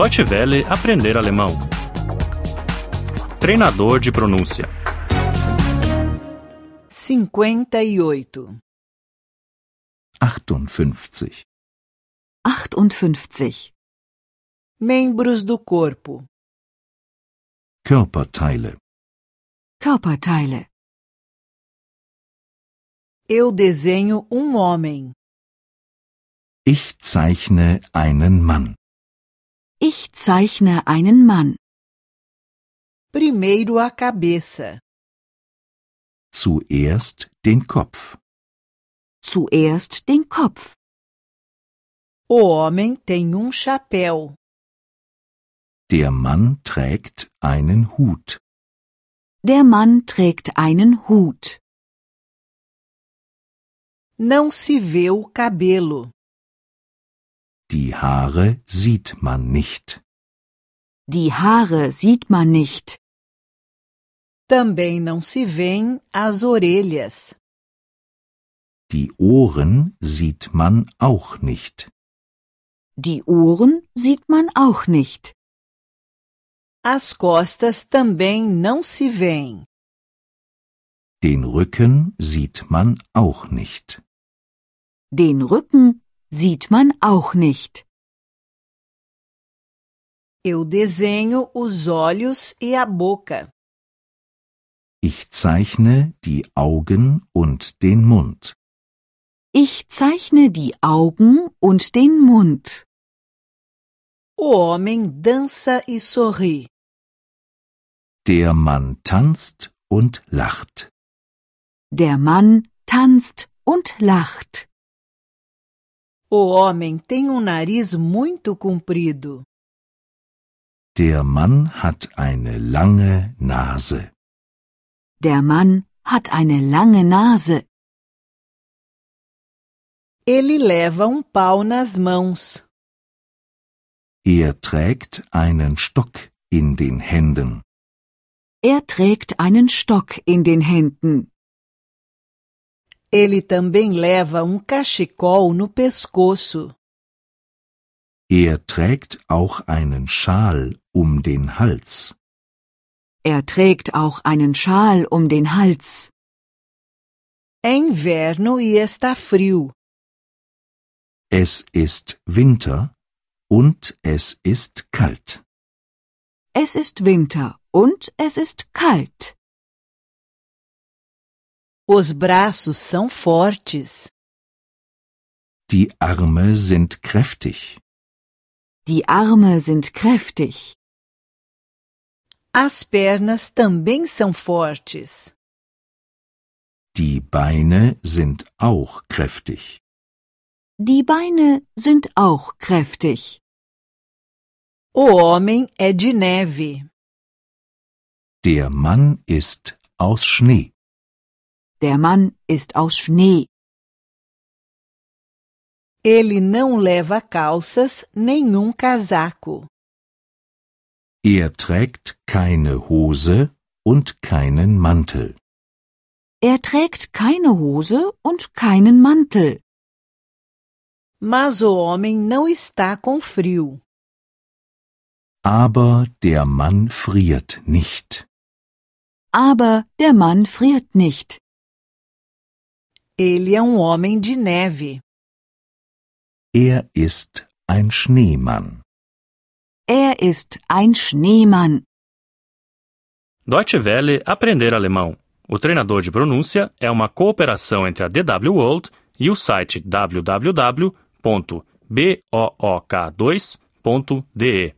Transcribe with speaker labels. Speaker 1: Deutsche Welle aprender alemão. Treinador de pronúncia.
Speaker 2: 58.
Speaker 3: 58.
Speaker 4: 58.
Speaker 2: Membros do corpo.
Speaker 3: Körperteile.
Speaker 4: Körperteile.
Speaker 2: Eu desenho um homem.
Speaker 3: Ich zeichne einen Mann.
Speaker 4: Ich zeichne einen Mann.
Speaker 2: Primeiro a cabeça.
Speaker 3: Zuerst den Kopf.
Speaker 4: Zuerst den Kopf.
Speaker 2: O homem tem um chapéu.
Speaker 3: Der Mann trägt einen Hut.
Speaker 4: Der Mann trägt einen Hut.
Speaker 2: Não se vê o cabelo.
Speaker 3: Die Haare sieht man nicht.
Speaker 4: Die Haare sieht man nicht.
Speaker 2: Também não se vêem as orelhas.
Speaker 3: Die Ohren sieht man auch nicht.
Speaker 4: Die Ohren sieht man auch nicht.
Speaker 2: As costas também não se veem.
Speaker 3: Den Rücken sieht man auch nicht.
Speaker 4: Den Rücken sieht man auch nicht.
Speaker 2: Eu desenho os olhos e a boca.
Speaker 3: Ich zeichne die Augen und den Mund.
Speaker 4: Ich zeichne die Augen und den Mund.
Speaker 2: O homem dança e sorri.
Speaker 3: Der Mann tanzt und lacht.
Speaker 4: Der Mann tanzt und lacht.
Speaker 2: O homem tem um nariz muito comprido.
Speaker 3: Der Mann hat eine lange Nase.
Speaker 4: Der Mann hat eine lange Nase.
Speaker 2: Ele leva um pau nas mãos.
Speaker 3: Er trägt einen Stock in den Händen.
Speaker 4: Er trägt einen Stock in den Händen.
Speaker 2: Ele também leva um cachecol no pescoço.
Speaker 3: Er trägt auch einen Schal um den Hals.
Speaker 4: Er trägt auch einen Schal um den Hals.
Speaker 2: É inverno e está frio.
Speaker 3: Es ist Winter und es ist kalt.
Speaker 4: Es ist Winter und es ist kalt.
Speaker 2: Os braços são fortes.
Speaker 3: Die Arme sind kräftig.
Speaker 4: Die Arme sind kräftig.
Speaker 2: As pernas também são fortes.
Speaker 3: Die Beine sind auch kräftig.
Speaker 4: Die Beine sind auch kräftig.
Speaker 2: O homem é de neve.
Speaker 3: Der Mann ist aus Schnee.
Speaker 4: Der Mann ist aus Schnee.
Speaker 2: Ele não leva calças nenhum casaco.
Speaker 3: Er trägt keine Hose und keinen Mantel.
Speaker 4: Er trägt keine Hose und keinen Mantel.
Speaker 2: Mas o homem não está com frio.
Speaker 3: Aber der Mann friert nicht.
Speaker 4: Aber der Mann friert nicht.
Speaker 2: Ele é um homem de neve.
Speaker 3: Er ist ein Schneemann.
Speaker 4: Er ist ein Schneemann.
Speaker 1: Deutsche Welle aprender alemão. O treinador de pronúncia é uma cooperação entre a DW World e o site www.book2.de.